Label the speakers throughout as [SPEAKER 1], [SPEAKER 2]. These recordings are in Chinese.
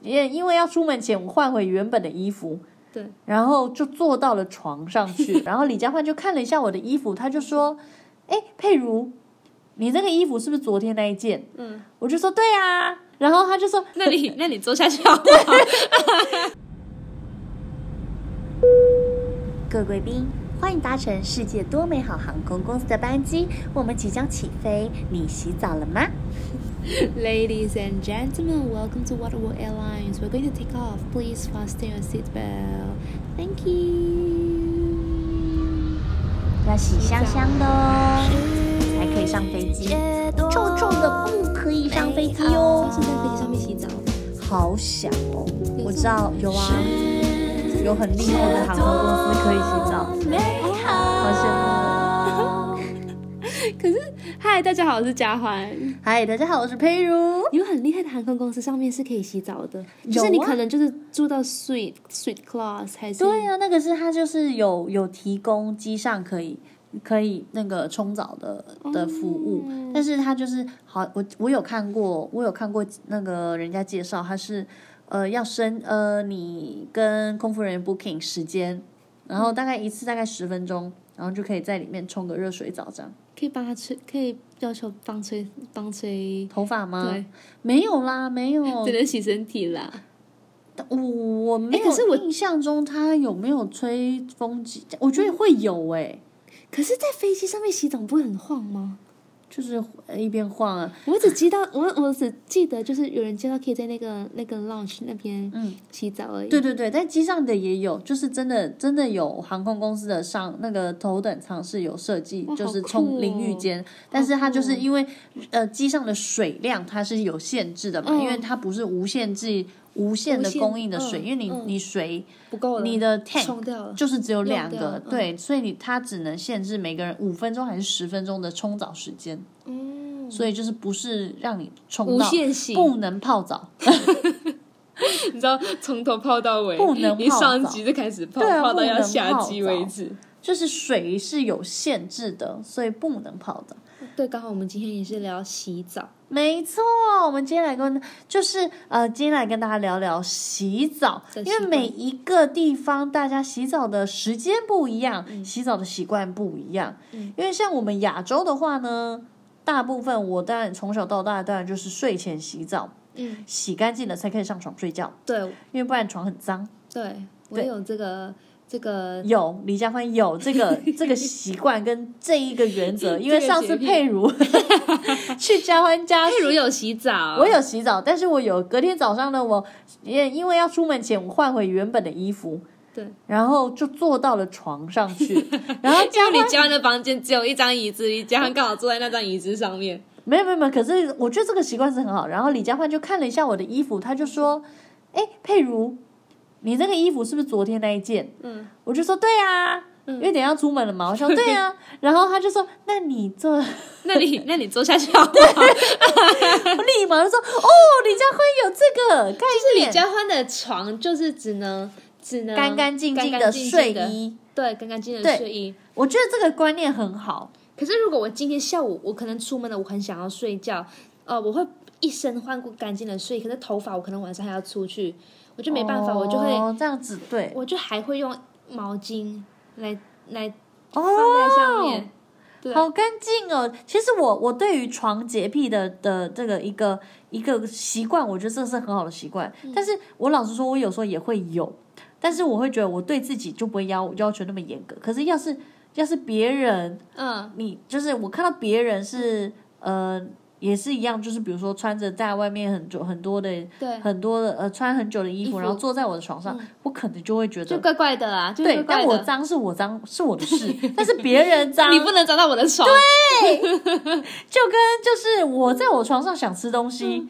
[SPEAKER 1] 也因为要出门前，我换回原本的衣服，
[SPEAKER 2] 对，
[SPEAKER 1] 然后就坐到了床上去。然后李佳焕就看了一下我的衣服，他就说：“哎，佩如，你这个衣服是不是昨天那一件？”
[SPEAKER 2] 嗯，
[SPEAKER 1] 我就说：“对啊。”然后他就说：“
[SPEAKER 2] 那 你那你坐下去好不好？
[SPEAKER 3] 各位贵宾，欢迎搭乘世界多美好航空公司的班机，我们即将起飞。你洗澡了吗？
[SPEAKER 2] Ladies and gentlemen, welcome to Water World Airlines. We're going to take off. Please fasten your seatbelt. Thank you.
[SPEAKER 3] 要洗香香的哦，才可以上飞机。
[SPEAKER 2] 臭
[SPEAKER 3] 臭臭的不可以上飞机
[SPEAKER 2] 哦
[SPEAKER 3] 哦，
[SPEAKER 2] 是在飞机上面洗澡。
[SPEAKER 1] 好想哦，我知道有啊，有很厉害的航空公司可以洗澡，好羡慕哦。
[SPEAKER 2] 可是，嗨，大家好，我是佳欢。
[SPEAKER 1] 嗨，大家好，我是佩如。
[SPEAKER 2] 有很厉害的航空公司上面是可以洗澡的，就
[SPEAKER 1] 有
[SPEAKER 2] 是你
[SPEAKER 1] 啊
[SPEAKER 2] 可能就是住到 suite suite class 还是
[SPEAKER 1] 对啊，那个是它就是有有提供机上可以可以那个冲澡的的服务，但是它就是好，我我有看过，我有看过那个人家介绍，它是呃要申呃你跟空服人员 booking 时间，然后大概一次大概十分钟，然后就可以在里面冲个热水澡这样。
[SPEAKER 2] 啊可以帮他吹，可以要求帮吹帮吹，
[SPEAKER 1] 头发吗？
[SPEAKER 2] 对，
[SPEAKER 1] 没有啦，没有
[SPEAKER 2] 只。能洗身体啦。
[SPEAKER 1] 但我我没
[SPEAKER 2] 可是我
[SPEAKER 1] 有印象中他有没有吹风机，我觉得会有哎、
[SPEAKER 2] 可是，在飞机上面洗澡不会很晃吗？
[SPEAKER 1] 就是呃一边晃啊，
[SPEAKER 2] 我只知道， 我我只记得就是有人介绍可以在那个那个 lounge 那边
[SPEAKER 1] 嗯
[SPEAKER 2] 洗澡而已。
[SPEAKER 1] 对对对，在机上的也有，就是真的真的有航空公司的上那个头等舱是有设计
[SPEAKER 2] 哇，
[SPEAKER 1] 就是
[SPEAKER 2] 好酷
[SPEAKER 1] 冲
[SPEAKER 2] 哦
[SPEAKER 1] 淋浴间，但是它就是
[SPEAKER 2] 酷哦
[SPEAKER 1] 因为呃机上的水量它是有限制的嘛，
[SPEAKER 2] 嗯
[SPEAKER 1] 因为它不是无限制无限
[SPEAKER 2] 无
[SPEAKER 1] 的
[SPEAKER 2] 限
[SPEAKER 1] 供应的水，
[SPEAKER 2] 嗯
[SPEAKER 1] 因为你、
[SPEAKER 2] 嗯
[SPEAKER 1] 你水
[SPEAKER 2] 不够
[SPEAKER 1] 你的 tank
[SPEAKER 2] 冲掉了。
[SPEAKER 1] 就是只有两
[SPEAKER 2] 用掉
[SPEAKER 1] 个
[SPEAKER 2] 了，嗯
[SPEAKER 1] 对，所以你它只能限制每个人五分钟还是十分钟的冲澡时间，
[SPEAKER 2] 嗯，
[SPEAKER 1] 所以就是不是让你冲
[SPEAKER 2] 无
[SPEAKER 1] 到
[SPEAKER 2] 限洗，
[SPEAKER 1] 不能泡澡，
[SPEAKER 2] 你知道从头泡到尾，
[SPEAKER 1] 不能
[SPEAKER 2] 一
[SPEAKER 1] 泡
[SPEAKER 2] 上
[SPEAKER 1] 澡
[SPEAKER 2] 机就开始泡，
[SPEAKER 1] 对啊
[SPEAKER 2] 泡到要
[SPEAKER 1] 不能
[SPEAKER 2] 下
[SPEAKER 1] 泡
[SPEAKER 2] 机
[SPEAKER 1] 澡
[SPEAKER 2] 为止。
[SPEAKER 1] 就是水是有限制的，所以不能泡澡。
[SPEAKER 2] 对，刚好我们今天也是聊洗澡。
[SPEAKER 1] 没错，我们今天来跟就是呃，今天来跟大家聊聊洗澡，
[SPEAKER 2] 的
[SPEAKER 1] 因
[SPEAKER 2] 习
[SPEAKER 1] 为
[SPEAKER 2] 惯
[SPEAKER 1] 每一个地方大家洗澡的时间不一样，洗澡的习惯不一样。
[SPEAKER 2] 嗯
[SPEAKER 1] 因为像我们亚洲的话呢，大部分我当然从小到大当然就是睡前洗澡，
[SPEAKER 2] 嗯，
[SPEAKER 1] 洗干净了才可以上床睡觉，
[SPEAKER 2] 对
[SPEAKER 1] 因为不然床很脏。
[SPEAKER 2] 对，我
[SPEAKER 1] 对
[SPEAKER 2] 有这个这个
[SPEAKER 1] 有李佳欢有这个这个习惯跟这一个原则，因为
[SPEAKER 2] 嗯这个
[SPEAKER 1] 上
[SPEAKER 2] 洁
[SPEAKER 1] 次
[SPEAKER 2] 癖
[SPEAKER 1] 佩如 去佳欢家
[SPEAKER 2] 佩如有洗澡，
[SPEAKER 1] 我有洗澡，但是我有隔天早上呢，我也因为要出门前，我换回原本的衣服，
[SPEAKER 2] 对，
[SPEAKER 1] 然后就坐到了床上去，然后
[SPEAKER 2] 因
[SPEAKER 1] 佳
[SPEAKER 2] 为
[SPEAKER 1] 欢
[SPEAKER 2] 你家的房间只有一张椅子，李佳刚好坐在那张椅子上面。
[SPEAKER 1] 没有没有没有，可是我觉得这个习惯是很好。然后李佳欢就看了一下我的衣服，他就说：“哎，佩如，你这个衣服是不是昨天那一件？”
[SPEAKER 2] 嗯，
[SPEAKER 1] 我就说：“对啊。”因为等一下要出门了嘛，我说对啊，然后他就说，那你坐，
[SPEAKER 2] 那你那你坐下去 好不好？
[SPEAKER 1] 我立马就说，哦，李佳欢有这个概
[SPEAKER 2] 李
[SPEAKER 1] 念，
[SPEAKER 2] 佳欢的床就是只能只能
[SPEAKER 1] 干干净净
[SPEAKER 2] 干
[SPEAKER 1] 的
[SPEAKER 2] 干净
[SPEAKER 1] 睡
[SPEAKER 2] 净
[SPEAKER 1] 衣，
[SPEAKER 2] 的，对，干干净净的
[SPEAKER 1] 对
[SPEAKER 2] 睡衣。
[SPEAKER 1] 我觉得这个观念很好，
[SPEAKER 2] 可是如果我今天下午我可能出门了，我很想要睡觉，呃，我会一身换过干净的睡衣，可是头发我可能晚上还要出去，我就没办法，我就会
[SPEAKER 1] 哦这样子对
[SPEAKER 2] 我就还会用毛巾来来
[SPEAKER 1] 哦
[SPEAKER 2] 放在上面。对
[SPEAKER 1] 好干净哦。其实我我对于床洁癖的的这个一个一个习惯，我觉得这是很好的习惯。
[SPEAKER 2] 嗯
[SPEAKER 1] 但是我老实说，我有时候也会有，但是我会觉得我对自己就不会要要求那么严格。可是要是要是别人，
[SPEAKER 2] 嗯，
[SPEAKER 1] 你就是我看到别人是呃。也是一样，就是比如说穿着在外面很久很多的
[SPEAKER 2] 对，
[SPEAKER 1] 很多的呃穿很久的衣服，
[SPEAKER 2] 衣服嗯
[SPEAKER 1] 然后坐在我的床上，我可能就会觉
[SPEAKER 2] 就
[SPEAKER 1] 得
[SPEAKER 2] 怪怪的啦，就
[SPEAKER 1] 对
[SPEAKER 2] 怪，
[SPEAKER 1] 但
[SPEAKER 2] 怪
[SPEAKER 1] 我
[SPEAKER 2] 的。
[SPEAKER 1] 脏是我脏是我的 事，但是别人脏
[SPEAKER 2] 你不能找到我的床，
[SPEAKER 1] 就跟就是我在我床上想吃东西，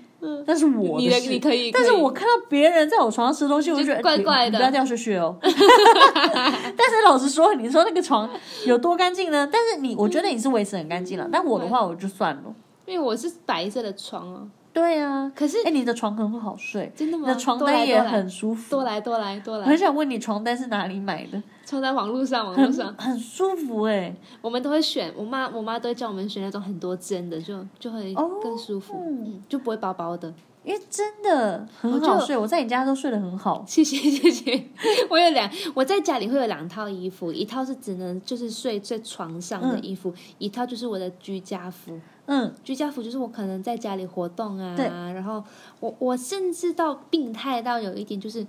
[SPEAKER 1] 但是我
[SPEAKER 2] 嗯你
[SPEAKER 1] 的
[SPEAKER 2] 的
[SPEAKER 1] 事
[SPEAKER 2] 你可以，
[SPEAKER 1] 但是
[SPEAKER 2] 可以
[SPEAKER 1] 我看到别人在我床上吃东西，我
[SPEAKER 2] 就
[SPEAKER 1] 觉得
[SPEAKER 2] 怪
[SPEAKER 1] 你
[SPEAKER 2] 怪
[SPEAKER 1] 你
[SPEAKER 2] 的
[SPEAKER 1] 不要掉屑屑 哦。但 是老实说，你说那个床有多干净呢？但是你，我觉得你是维持很干净了。但我的话，我就算了。
[SPEAKER 2] 因为我是白色的床哦、
[SPEAKER 1] 对啊，
[SPEAKER 2] 可是
[SPEAKER 1] 哎，你的床很好睡，
[SPEAKER 2] 真的
[SPEAKER 1] 你
[SPEAKER 2] 吗？
[SPEAKER 1] 的床
[SPEAKER 2] 多来
[SPEAKER 1] 单也很舒服。
[SPEAKER 2] 多来多来多来多哦
[SPEAKER 1] 很
[SPEAKER 2] 来，
[SPEAKER 1] 想问你床单是哪里买的？
[SPEAKER 2] 穿在网络 上，网络
[SPEAKER 1] 很
[SPEAKER 2] 上，
[SPEAKER 1] 很舒服哎。
[SPEAKER 2] 我们都会选，我妈我妈都会叫我们选那种很多针的，就就会
[SPEAKER 1] 哦
[SPEAKER 2] 更舒服，
[SPEAKER 1] 嗯
[SPEAKER 2] 嗯，就不会薄薄的。
[SPEAKER 1] 因为真的很好睡，我在你家都睡得很好。
[SPEAKER 2] 谢谢谢谢， 我有两，我在家里会有两套衣服，一套是只能就是睡在床上的衣服，一套就是我的居家服。
[SPEAKER 1] 嗯，
[SPEAKER 2] 居家服就是我可能在家里活动啊，
[SPEAKER 1] 对
[SPEAKER 2] 然后我我甚至到病态到有一点就是，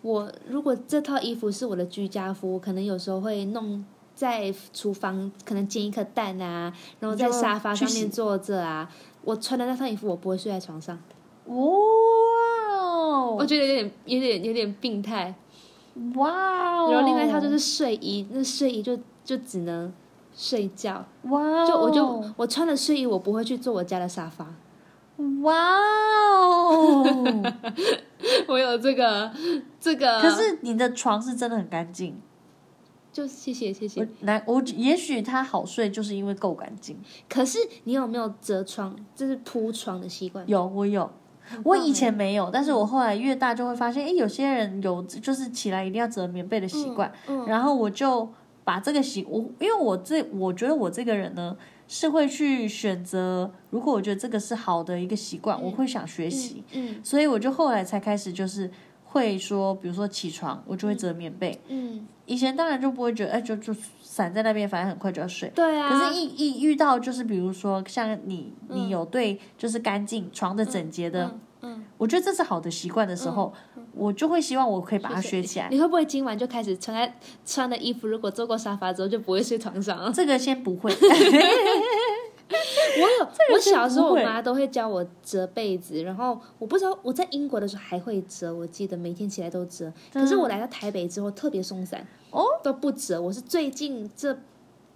[SPEAKER 2] 我如果这套衣服是我的居家服，我可能有时候会弄在厨房，可能煎一颗蛋啊，然后在
[SPEAKER 1] 你就
[SPEAKER 2] 沙发
[SPEAKER 1] 去
[SPEAKER 2] 上
[SPEAKER 1] 洗
[SPEAKER 2] 面坐着啊。我穿的那套衣服，我不会睡在床上，
[SPEAKER 1] 哇哦，
[SPEAKER 2] 我觉得有点有点有点病态。
[SPEAKER 1] 哇哦，
[SPEAKER 2] 然后另外一套就是睡衣，那睡衣就就只能睡觉，
[SPEAKER 1] 哇哦，
[SPEAKER 2] 就我就我穿了睡衣，我不会去坐我家的沙发。
[SPEAKER 1] 哇哦，
[SPEAKER 2] 我有这个这个，
[SPEAKER 1] 可是你的床是真的很干净。
[SPEAKER 2] 就谢谢谢
[SPEAKER 1] 我
[SPEAKER 2] 谢。
[SPEAKER 1] 难，我也许它好睡，就是因为够干净。
[SPEAKER 2] 可是你有没有折床，就是铺床的习惯？
[SPEAKER 1] 有，我有，
[SPEAKER 2] 嗯
[SPEAKER 1] 我以
[SPEAKER 2] 欸
[SPEAKER 1] 前没有，但是我后来越大就会发现，哎，有些人有就是起来一定要折棉被的习惯，
[SPEAKER 2] 嗯
[SPEAKER 1] 然后我就把这个习，我因为我这我觉得我这个人呢是会去选择，如果我觉得这个是好的一个习惯，我会想学习，
[SPEAKER 2] 嗯
[SPEAKER 1] 所以我就后来才开始就是会说，比如说起床我就会折棉被，
[SPEAKER 2] 嗯，
[SPEAKER 1] 以前当然就不会觉得，哎，就就散在那边，反正很快就要睡。
[SPEAKER 2] 对啊。
[SPEAKER 1] 可是一，一遇到就是比如说像你，你有对就是干净床的整洁的，
[SPEAKER 2] 嗯嗯，
[SPEAKER 1] 我觉得这是好的习惯的时候，我就会希望我可以把它学起来。
[SPEAKER 2] 你会不会今晚就开始穿在穿的衣服，如果坐过沙发之后就不会睡床上 了？
[SPEAKER 1] 这个先不会，
[SPEAKER 2] 我有，我
[SPEAKER 1] 真
[SPEAKER 2] 小时候
[SPEAKER 1] 不
[SPEAKER 2] 我
[SPEAKER 1] 会
[SPEAKER 2] 妈都会教我折被子，然后我不知道我在英国的时候还会折，我记得每天起来都折。可是我来到台北之后特别松散，
[SPEAKER 1] 哦，
[SPEAKER 2] 都不折。我是最近这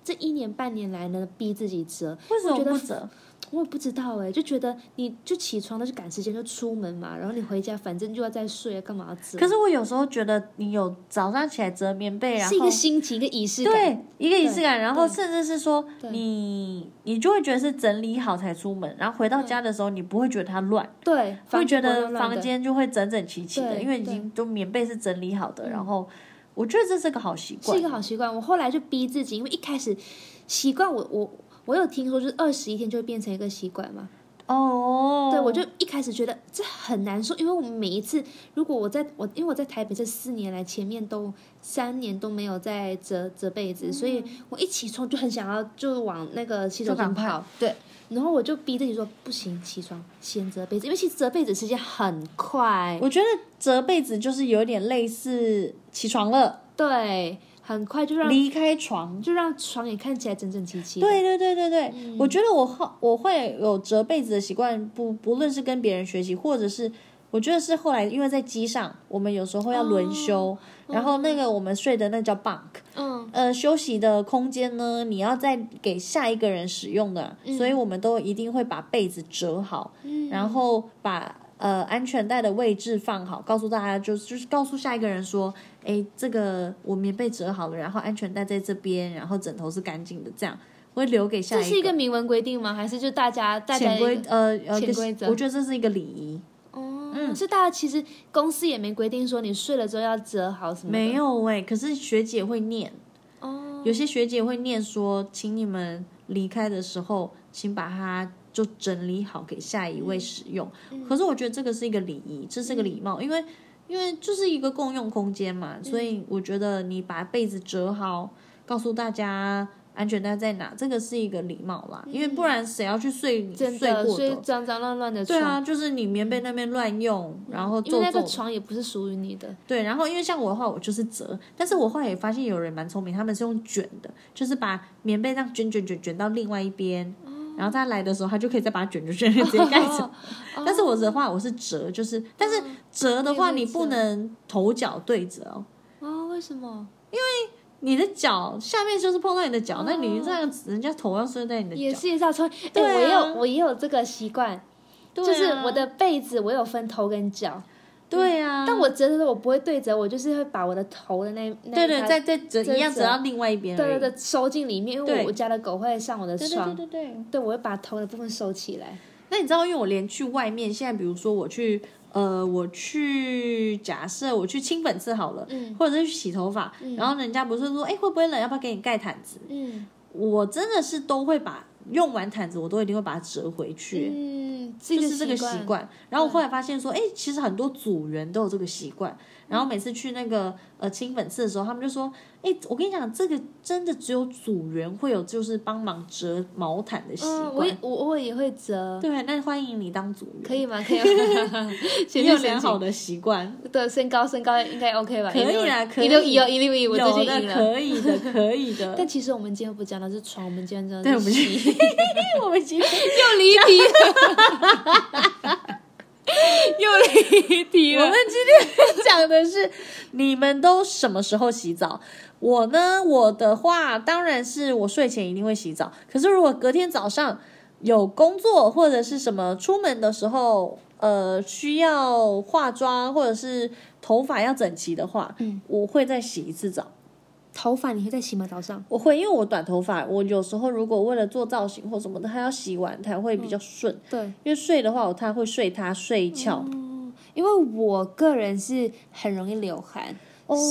[SPEAKER 2] 这一年半年来呢，逼自己折。
[SPEAKER 1] 为什
[SPEAKER 2] 我
[SPEAKER 1] 么
[SPEAKER 2] 觉得
[SPEAKER 1] 不折？
[SPEAKER 2] 我也不知道哎、就觉得你就起床了就赶时间就出门嘛，然后你回家反正就要再睡了，啊干嘛要折？
[SPEAKER 1] 可是我有时候觉得你有早上起来折棉被，然
[SPEAKER 2] 是一
[SPEAKER 1] 后
[SPEAKER 2] 个心情，一个仪式感。
[SPEAKER 1] 对一个仪式感，然后
[SPEAKER 2] 对
[SPEAKER 1] 甚至是说
[SPEAKER 2] 对
[SPEAKER 1] 你你就会觉得是整理好才出门，然后回到家的时候你不会觉得它乱。
[SPEAKER 2] 对，
[SPEAKER 1] 会
[SPEAKER 2] 房
[SPEAKER 1] 觉
[SPEAKER 2] 间乱
[SPEAKER 1] 得
[SPEAKER 2] 乱
[SPEAKER 1] 房
[SPEAKER 2] 的
[SPEAKER 1] 间就会整整齐齐的，
[SPEAKER 2] 对嗯
[SPEAKER 1] 因为已经都棉被是整理好的，然后我觉得这是个好习惯，
[SPEAKER 2] 是一个好习惯。我后来就逼自己，因为一开始习惯我我我有听说，就是二十一天就会变成一个习惯嘛。
[SPEAKER 1] 哦。
[SPEAKER 2] 对，我就一开始觉得这很难说，因为我每一次如果我在我因为我在台北这四年来，前面都三年都没有在折折被子，所以我一起床就很想要就往那个洗手
[SPEAKER 1] 嗯就赶
[SPEAKER 2] 间
[SPEAKER 1] 快
[SPEAKER 2] 跑。
[SPEAKER 1] 对，
[SPEAKER 2] 然后我就逼自己说不行，起床先折被子，因为其实折被子时间很快，
[SPEAKER 1] 我觉得折被子就是有点类似起床了，
[SPEAKER 2] 对，很快就让
[SPEAKER 1] 离开床。
[SPEAKER 2] 就让床也看起来整整齐齐的。嗯
[SPEAKER 1] 对对对对对，我觉得我后我会有折被子的习惯，不不论是跟别人学习，或者是我觉得是后来因为在机上，我们有时候要轮休，然后那个我们睡的那叫 bunk，
[SPEAKER 2] 哦嗯，
[SPEAKER 1] 呃，休息的空间呢，你要再给下一个人使用的，
[SPEAKER 2] 嗯
[SPEAKER 1] 所以我们都一定会把被子折好，然后把呃安全带的位置放好，告诉大家就是就是告诉下一个人说，哎，这个我棉被折好了，然后安全带在这边，然后枕头是干净的，这样会留给下一
[SPEAKER 2] 这
[SPEAKER 1] 个。
[SPEAKER 2] 是一个明文规定吗？还是就大家大家
[SPEAKER 1] 潜
[SPEAKER 2] 的一
[SPEAKER 1] 规
[SPEAKER 2] 个
[SPEAKER 1] 呃呃
[SPEAKER 2] 潜规则
[SPEAKER 1] 我觉得这是一个礼仪。
[SPEAKER 2] 哦，是大家其实公司也没规定说你睡了之后要折好什么的
[SPEAKER 1] 没有喂、可是学姐会念，
[SPEAKER 2] 哦，
[SPEAKER 1] 有些学姐会念说，请你们离开的时候，请把它就整理好给下一
[SPEAKER 2] 嗯
[SPEAKER 1] 位使用。可是我觉得这个是一个礼仪，这是一个礼貌，因为因为就是一个共用空间嘛，所
[SPEAKER 2] 嗯
[SPEAKER 1] 以我觉得你把被子折好，告诉大家安全带在哪，这个是一个礼貌啦。因为不然谁要去睡你
[SPEAKER 2] 嗯真
[SPEAKER 1] 睡
[SPEAKER 2] 的
[SPEAKER 1] 过
[SPEAKER 2] 睡
[SPEAKER 1] 的？
[SPEAKER 2] 脏脏乱乱的
[SPEAKER 1] 对
[SPEAKER 2] 床，
[SPEAKER 1] 啊，就是你棉被那边乱用，然后
[SPEAKER 2] 因为
[SPEAKER 1] 皱
[SPEAKER 2] 那
[SPEAKER 1] 皱
[SPEAKER 2] 个
[SPEAKER 1] 的。
[SPEAKER 2] 床也不是属于你 的。
[SPEAKER 1] 对，然后因为像我的话，我就是折，但是我后来也发现有人蛮聪明，他们是用卷的，就是把棉被这样卷卷卷卷到另外一边，
[SPEAKER 2] 哦
[SPEAKER 1] 然后他来的时候，他就可以再把它卷卷卷卷 直接盖着。
[SPEAKER 2] 哦
[SPEAKER 1] 但是我的话，我是折，就是但是折的话，
[SPEAKER 2] 对
[SPEAKER 1] 你不
[SPEAKER 2] 哦折
[SPEAKER 1] 能头脚对折哦，
[SPEAKER 2] 哦，为什 么？
[SPEAKER 1] 你的脚下面就是碰到你的脚，那你这样子，人家头要睡在你的
[SPEAKER 2] 哦也
[SPEAKER 1] 脚，
[SPEAKER 2] 是也是要穿，哎、
[SPEAKER 1] 对啊
[SPEAKER 2] 我也有我也有这个习惯，
[SPEAKER 1] 对
[SPEAKER 2] 就是
[SPEAKER 1] 啊
[SPEAKER 2] 我的被子我有分头跟脚，
[SPEAKER 1] 对啊，
[SPEAKER 2] 但我折的时候我不会对折，我就是会把我的头的那那
[SPEAKER 1] 对
[SPEAKER 2] 一
[SPEAKER 1] 对，
[SPEAKER 2] 块
[SPEAKER 1] 再再折
[SPEAKER 2] 再
[SPEAKER 1] 一样折
[SPEAKER 2] 折
[SPEAKER 1] 到另外一边而
[SPEAKER 2] 对
[SPEAKER 1] 已，
[SPEAKER 2] 对对收进里面，因为
[SPEAKER 1] 对
[SPEAKER 2] 我我家的狗会上我的
[SPEAKER 1] 对对对
[SPEAKER 2] 床，
[SPEAKER 1] 对对。
[SPEAKER 2] 对我会把头的部分收起来。
[SPEAKER 1] 那你知道，因为我连去外面，现在比如说我去，呃，我去假设我去清粉刺好了，
[SPEAKER 2] 嗯
[SPEAKER 1] 或者是去洗头发，然后人家不是说，哎、会不会冷？要不要给你盖毯子？
[SPEAKER 2] 嗯，
[SPEAKER 1] 我真的是都会把用完毯子，我都一定会把它折回去。
[SPEAKER 2] 嗯，这
[SPEAKER 1] 就
[SPEAKER 2] 个嗯
[SPEAKER 1] 是这个习惯，然后我后来发现说，哎、其实很多组员都有这个习惯。然后每次去那个呃清粉刺的时候，他们就说，哎，我跟你讲，这个真的只有组员会有，就是帮忙折毛毯的习
[SPEAKER 2] 嗯，我
[SPEAKER 1] 惯。
[SPEAKER 2] 也我偶尔也会折，
[SPEAKER 1] 对，那欢迎你当组员，
[SPEAKER 2] 可 以吗？可以吗？
[SPEAKER 1] 也
[SPEAKER 2] 也
[SPEAKER 1] 有良好的习惯。
[SPEAKER 2] 对身高，身高应该 OK 吧？
[SPEAKER 1] 可以啦可以
[SPEAKER 2] 一六一哦，一六一，我最
[SPEAKER 1] 有
[SPEAKER 2] 近
[SPEAKER 1] 的
[SPEAKER 2] 赢了。
[SPEAKER 1] 可以的，可以的。
[SPEAKER 2] 但其实我们今天不讲的是床，我们今天讲的
[SPEAKER 1] 对，我们
[SPEAKER 2] 是
[SPEAKER 1] 今
[SPEAKER 2] 戏
[SPEAKER 1] 天 我们今天
[SPEAKER 2] 又离题了， 又离题
[SPEAKER 1] 我
[SPEAKER 2] 了
[SPEAKER 1] 们。今天讲的是你们都什么时候洗澡？我呢，我的话当然是我睡前一定会洗澡。可是如果隔天早上有工作或者是什么出门的时候，呃，需要化妆或者是头发要整齐的话，
[SPEAKER 2] 嗯，
[SPEAKER 1] 我会再洗一次澡。
[SPEAKER 2] 头发你会在洗吗？早上？
[SPEAKER 1] 我会，因为我短头发，我有时候如果为了做造型或什么的，它要洗完才会比较顺。
[SPEAKER 2] 嗯对。
[SPEAKER 1] 因为睡的话，我它会睡它睡翘。
[SPEAKER 2] 嗯，因为我个人是很容易流汗，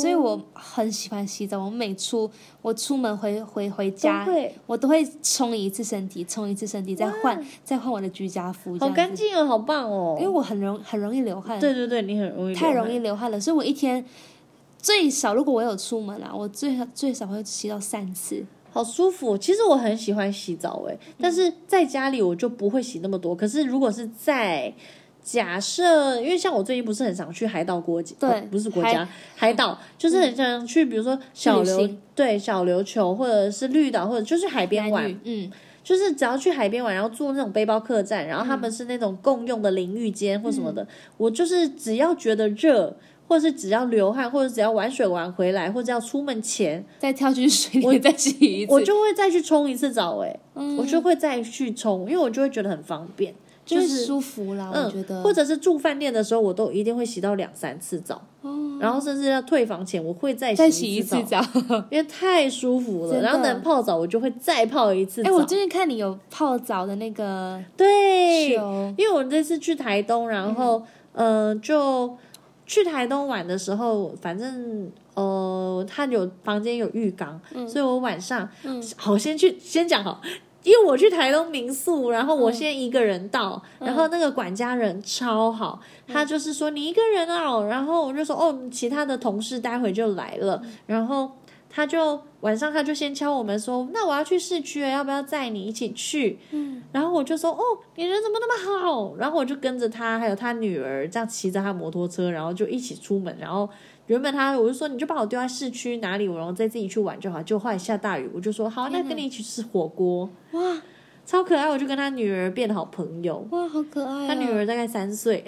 [SPEAKER 2] 所以我很喜欢洗澡。我每出我出门回回回家
[SPEAKER 1] 都会，
[SPEAKER 2] 我都会冲一次身体，冲一次身体，再换再换我的居家服，这
[SPEAKER 1] 好
[SPEAKER 2] 样
[SPEAKER 1] 干
[SPEAKER 2] 子。
[SPEAKER 1] 净哦，好棒哦！
[SPEAKER 2] 因为我很容很容易流汗，
[SPEAKER 1] 对对对，你很容易
[SPEAKER 2] 太
[SPEAKER 1] 流
[SPEAKER 2] 容
[SPEAKER 1] 汗
[SPEAKER 2] 易流汗了，所以我一天最少，如果我有出门啦，我最最少会洗到三次。
[SPEAKER 1] 好舒服。其实我很喜欢洗澡诶、但是在家里我就不会洗那么多。可是如果是在假设，因为像我最近不是很常去海岛国家，
[SPEAKER 2] 对
[SPEAKER 1] 呃不是国
[SPEAKER 2] 海
[SPEAKER 1] 家，海岛就是很想去，比如说小
[SPEAKER 2] 旅
[SPEAKER 1] 琉
[SPEAKER 2] 行
[SPEAKER 1] 对小琉球或者是绿岛，或者就是海边
[SPEAKER 2] 男
[SPEAKER 1] 玩
[SPEAKER 2] 女，，嗯，
[SPEAKER 1] 就是只要去海边玩，然后住那种背包客栈，然后他们是那种共用的淋浴间或什么的，我就是只要觉得热。或者是只要流汗，或者只要玩水玩回来，或者要出门前，
[SPEAKER 2] 再跳进水里再洗一次，
[SPEAKER 1] 我就会再去冲一次澡、欸，
[SPEAKER 2] 嗯
[SPEAKER 1] 我就会再去冲，因为我就会觉得很方便，
[SPEAKER 2] 就
[SPEAKER 1] 就是嗯
[SPEAKER 2] 舒服啦，我觉得。
[SPEAKER 1] 或者是住饭店的时候，我都一定会洗到两三次澡，
[SPEAKER 2] 哦
[SPEAKER 1] 然后甚至要退房前，我会再
[SPEAKER 2] 再
[SPEAKER 1] 洗一
[SPEAKER 2] 洗一
[SPEAKER 1] 次
[SPEAKER 2] 次澡。
[SPEAKER 1] 因为太舒服了。
[SPEAKER 2] 真的
[SPEAKER 1] 然后能泡澡，我就会再泡一次
[SPEAKER 2] 哎、
[SPEAKER 1] 澡。
[SPEAKER 2] 我最近看你有泡澡的那 个
[SPEAKER 1] 对，
[SPEAKER 2] 球，
[SPEAKER 1] 因为我这次去台东，然后嗯、呃就去台东玩的时候，反正呃，他有房间有浴缸，所以我晚上、
[SPEAKER 2] 嗯
[SPEAKER 1] 好先去先讲好。因为我去台东民宿，然后我先一个人到，然后那个管家人超好，他就是说你一个人哦，然后我就说哦，其他的同事待会就来了，然后他就晚上他就先敲我们说，那我要去市区了，要不要载你一起去？
[SPEAKER 2] 嗯，
[SPEAKER 1] 然后我就说：“哦，你人怎么那么好？”然后我就跟着他，还有他女儿，这样骑着他摩托车，然后就一起出门。然后原本他我就说：“你就把我丢在市区哪里，然后再自己去玩就好。”就后来下大雨，我就说：“好，那跟你一起吃火锅。”
[SPEAKER 2] 哇
[SPEAKER 1] 超可爱！我就跟他女儿变好朋友。
[SPEAKER 2] 哇，好可爱、哦！
[SPEAKER 1] 他女儿大概三 岁，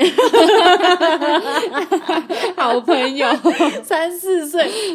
[SPEAKER 2] 好朋友，
[SPEAKER 1] 三四岁，超级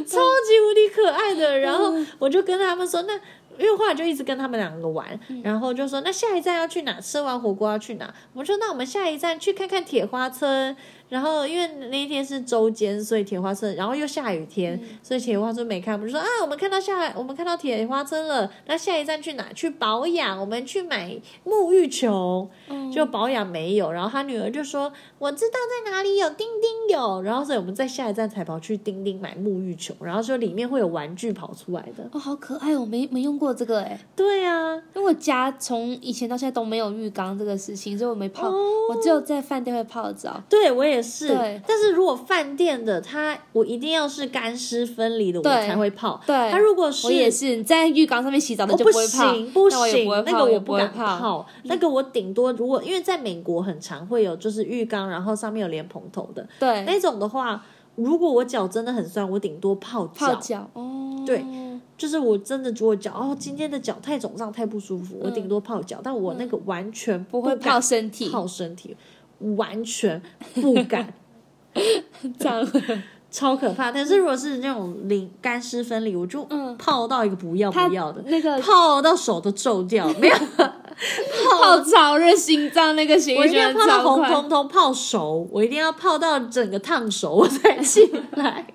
[SPEAKER 1] 无敌可爱的。然后我就跟他们说，那因为后来就一直跟他们两个玩，然后就说那下一站要去哪？吃完火锅要去哪？我说那我们下一站去看看铁花村。然后因为那一天是周间，所以铁花村，然后又下雨天，所以铁花村没开。我们就说啊，我们看到下，我们看到铁花村了。那下一站去哪？去保养，我们去买沐浴球。
[SPEAKER 2] 嗯
[SPEAKER 1] 就保养没有，然后他女儿就说我知道在哪里有钉钉有，然后所以我们在下一站才跑去钉钉买沐浴球，然后就里面会有玩具跑出来的。
[SPEAKER 2] 哦，好可爱哦！我没没用过这个哎，
[SPEAKER 1] 对啊，
[SPEAKER 2] 因为我家从以前到现在都没有浴缸这个事情，所以我没泡，
[SPEAKER 1] 哦
[SPEAKER 2] 我只有在饭店会泡澡。
[SPEAKER 1] 对我也是
[SPEAKER 2] 对。
[SPEAKER 1] 但是如果饭店的它，我一定要是干湿分离的，我
[SPEAKER 2] 对
[SPEAKER 1] 才会泡。
[SPEAKER 2] 对，
[SPEAKER 1] 它如果是
[SPEAKER 2] 我也是，你在浴缸上面洗澡的
[SPEAKER 1] 我
[SPEAKER 2] 就
[SPEAKER 1] 不
[SPEAKER 2] 会泡，
[SPEAKER 1] 行，不
[SPEAKER 2] 那我也
[SPEAKER 1] 行
[SPEAKER 2] 不会，
[SPEAKER 1] 那
[SPEAKER 2] 泡，
[SPEAKER 1] 个
[SPEAKER 2] 我也
[SPEAKER 1] 我
[SPEAKER 2] 不
[SPEAKER 1] 不
[SPEAKER 2] 会
[SPEAKER 1] 敢泡，那个我顶多如果因为在美国很常会有就是浴缸，然后上面有莲蓬头的
[SPEAKER 2] 对，
[SPEAKER 1] 那种的话，如果我脚真的很酸，我顶多泡
[SPEAKER 2] 泡脚哦，
[SPEAKER 1] 对，就是我真的如果脚哦，今天的脚太肿胀太不舒服，我顶多泡脚，但我那个完全
[SPEAKER 2] 嗯不会
[SPEAKER 1] 敢
[SPEAKER 2] 泡身体，
[SPEAKER 1] 泡身体，完全不敢，
[SPEAKER 2] 这样
[SPEAKER 1] 超可怕。但是如果是那种淋干湿分离，我就
[SPEAKER 2] 嗯
[SPEAKER 1] 泡到一个不要
[SPEAKER 2] 它
[SPEAKER 1] 不要的，
[SPEAKER 2] 那个
[SPEAKER 1] 泡到手都皱掉，没有，
[SPEAKER 2] 泡超热，心脏那个血
[SPEAKER 1] 我
[SPEAKER 2] 液
[SPEAKER 1] 一定
[SPEAKER 2] 循
[SPEAKER 1] 要
[SPEAKER 2] 环
[SPEAKER 1] 泡到
[SPEAKER 2] 超
[SPEAKER 1] 红
[SPEAKER 2] 快。
[SPEAKER 1] 彤彤泡熟，我一定要泡到整个烫熟我才起 来。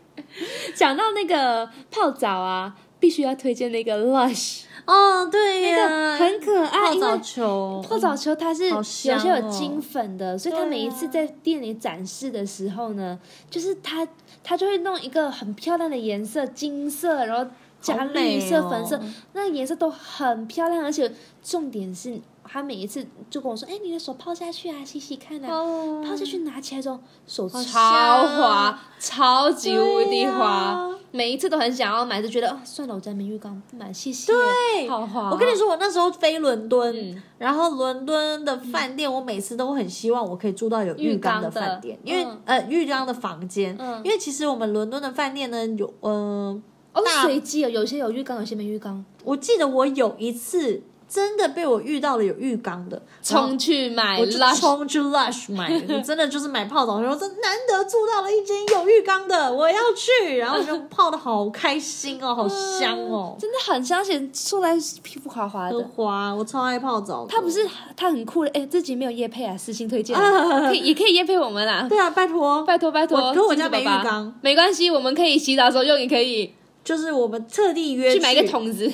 [SPEAKER 2] 讲到那个泡澡啊，必须要推荐那个 Lush，
[SPEAKER 1] 哦，对呀，
[SPEAKER 2] 很可爱，
[SPEAKER 1] 泡
[SPEAKER 2] 因
[SPEAKER 1] 澡
[SPEAKER 2] 为
[SPEAKER 1] 球，
[SPEAKER 2] 泡澡球它是
[SPEAKER 1] 好
[SPEAKER 2] 有些
[SPEAKER 1] 香
[SPEAKER 2] 有
[SPEAKER 1] 哦
[SPEAKER 2] 金粉的，所以它
[SPEAKER 1] 对
[SPEAKER 2] 每一次
[SPEAKER 1] 啊
[SPEAKER 2] 在店里展示的时候呢，就是它它就会弄一个很漂亮的颜色，金色，然后加
[SPEAKER 1] 好
[SPEAKER 2] 绿
[SPEAKER 1] 美
[SPEAKER 2] 色、
[SPEAKER 1] 哦
[SPEAKER 2] 粉色，那颜色都很漂亮，而且重点是他每一次就跟我说：“哎、你的手泡下去啊，洗洗看啊。
[SPEAKER 1] 哦
[SPEAKER 2] 泡下去拿起来之后，手超
[SPEAKER 1] 好
[SPEAKER 2] 滑，超级无敌滑，
[SPEAKER 1] 对呀
[SPEAKER 2] 每一次都很想要买，就觉得哦，算了，我家没浴缸，不买，谢谢。
[SPEAKER 1] 对
[SPEAKER 2] 好滑。
[SPEAKER 1] 我跟你，说，我那时候飞伦敦，
[SPEAKER 2] 哦嗯
[SPEAKER 1] 然后伦敦的饭店，我每次都很希望我可以住到有浴缸的饭店，
[SPEAKER 2] 浴
[SPEAKER 1] 因为
[SPEAKER 2] 缸的、
[SPEAKER 1] 呃浴缸的房间，
[SPEAKER 2] 嗯
[SPEAKER 1] 因为其实我们伦敦的饭店呢有，嗯、
[SPEAKER 2] 哦，
[SPEAKER 1] 大
[SPEAKER 2] 随机哦，有些有浴缸，有些没浴缸，
[SPEAKER 1] 我记得我有一次真的被我遇到了有浴缸的，然后
[SPEAKER 2] 冲去买
[SPEAKER 1] 我就
[SPEAKER 2] Lush，
[SPEAKER 1] 冲去 Lush 买，我真的就是买泡澡，然后真难得住到了一间有浴缸的，我要去，然后就泡的好开心哦，好香哦，
[SPEAKER 2] 真的很香，而且出来皮肤滑滑
[SPEAKER 1] 很
[SPEAKER 2] 的。
[SPEAKER 1] 滑，我超爱泡澡的。
[SPEAKER 2] 它不是它很酷的，哎、这集没有叶配啊，私信推 荐，可以也可以叶配我们啦。
[SPEAKER 1] 对啊，拜托，
[SPEAKER 2] 拜托拜托，
[SPEAKER 1] 我可我家
[SPEAKER 2] 金主
[SPEAKER 1] 没浴
[SPEAKER 2] 爸爸
[SPEAKER 1] 缸，
[SPEAKER 2] 没关系，我们可以洗澡的时候用，也可以
[SPEAKER 1] 就是我们特地约
[SPEAKER 2] 去买一个，桶子，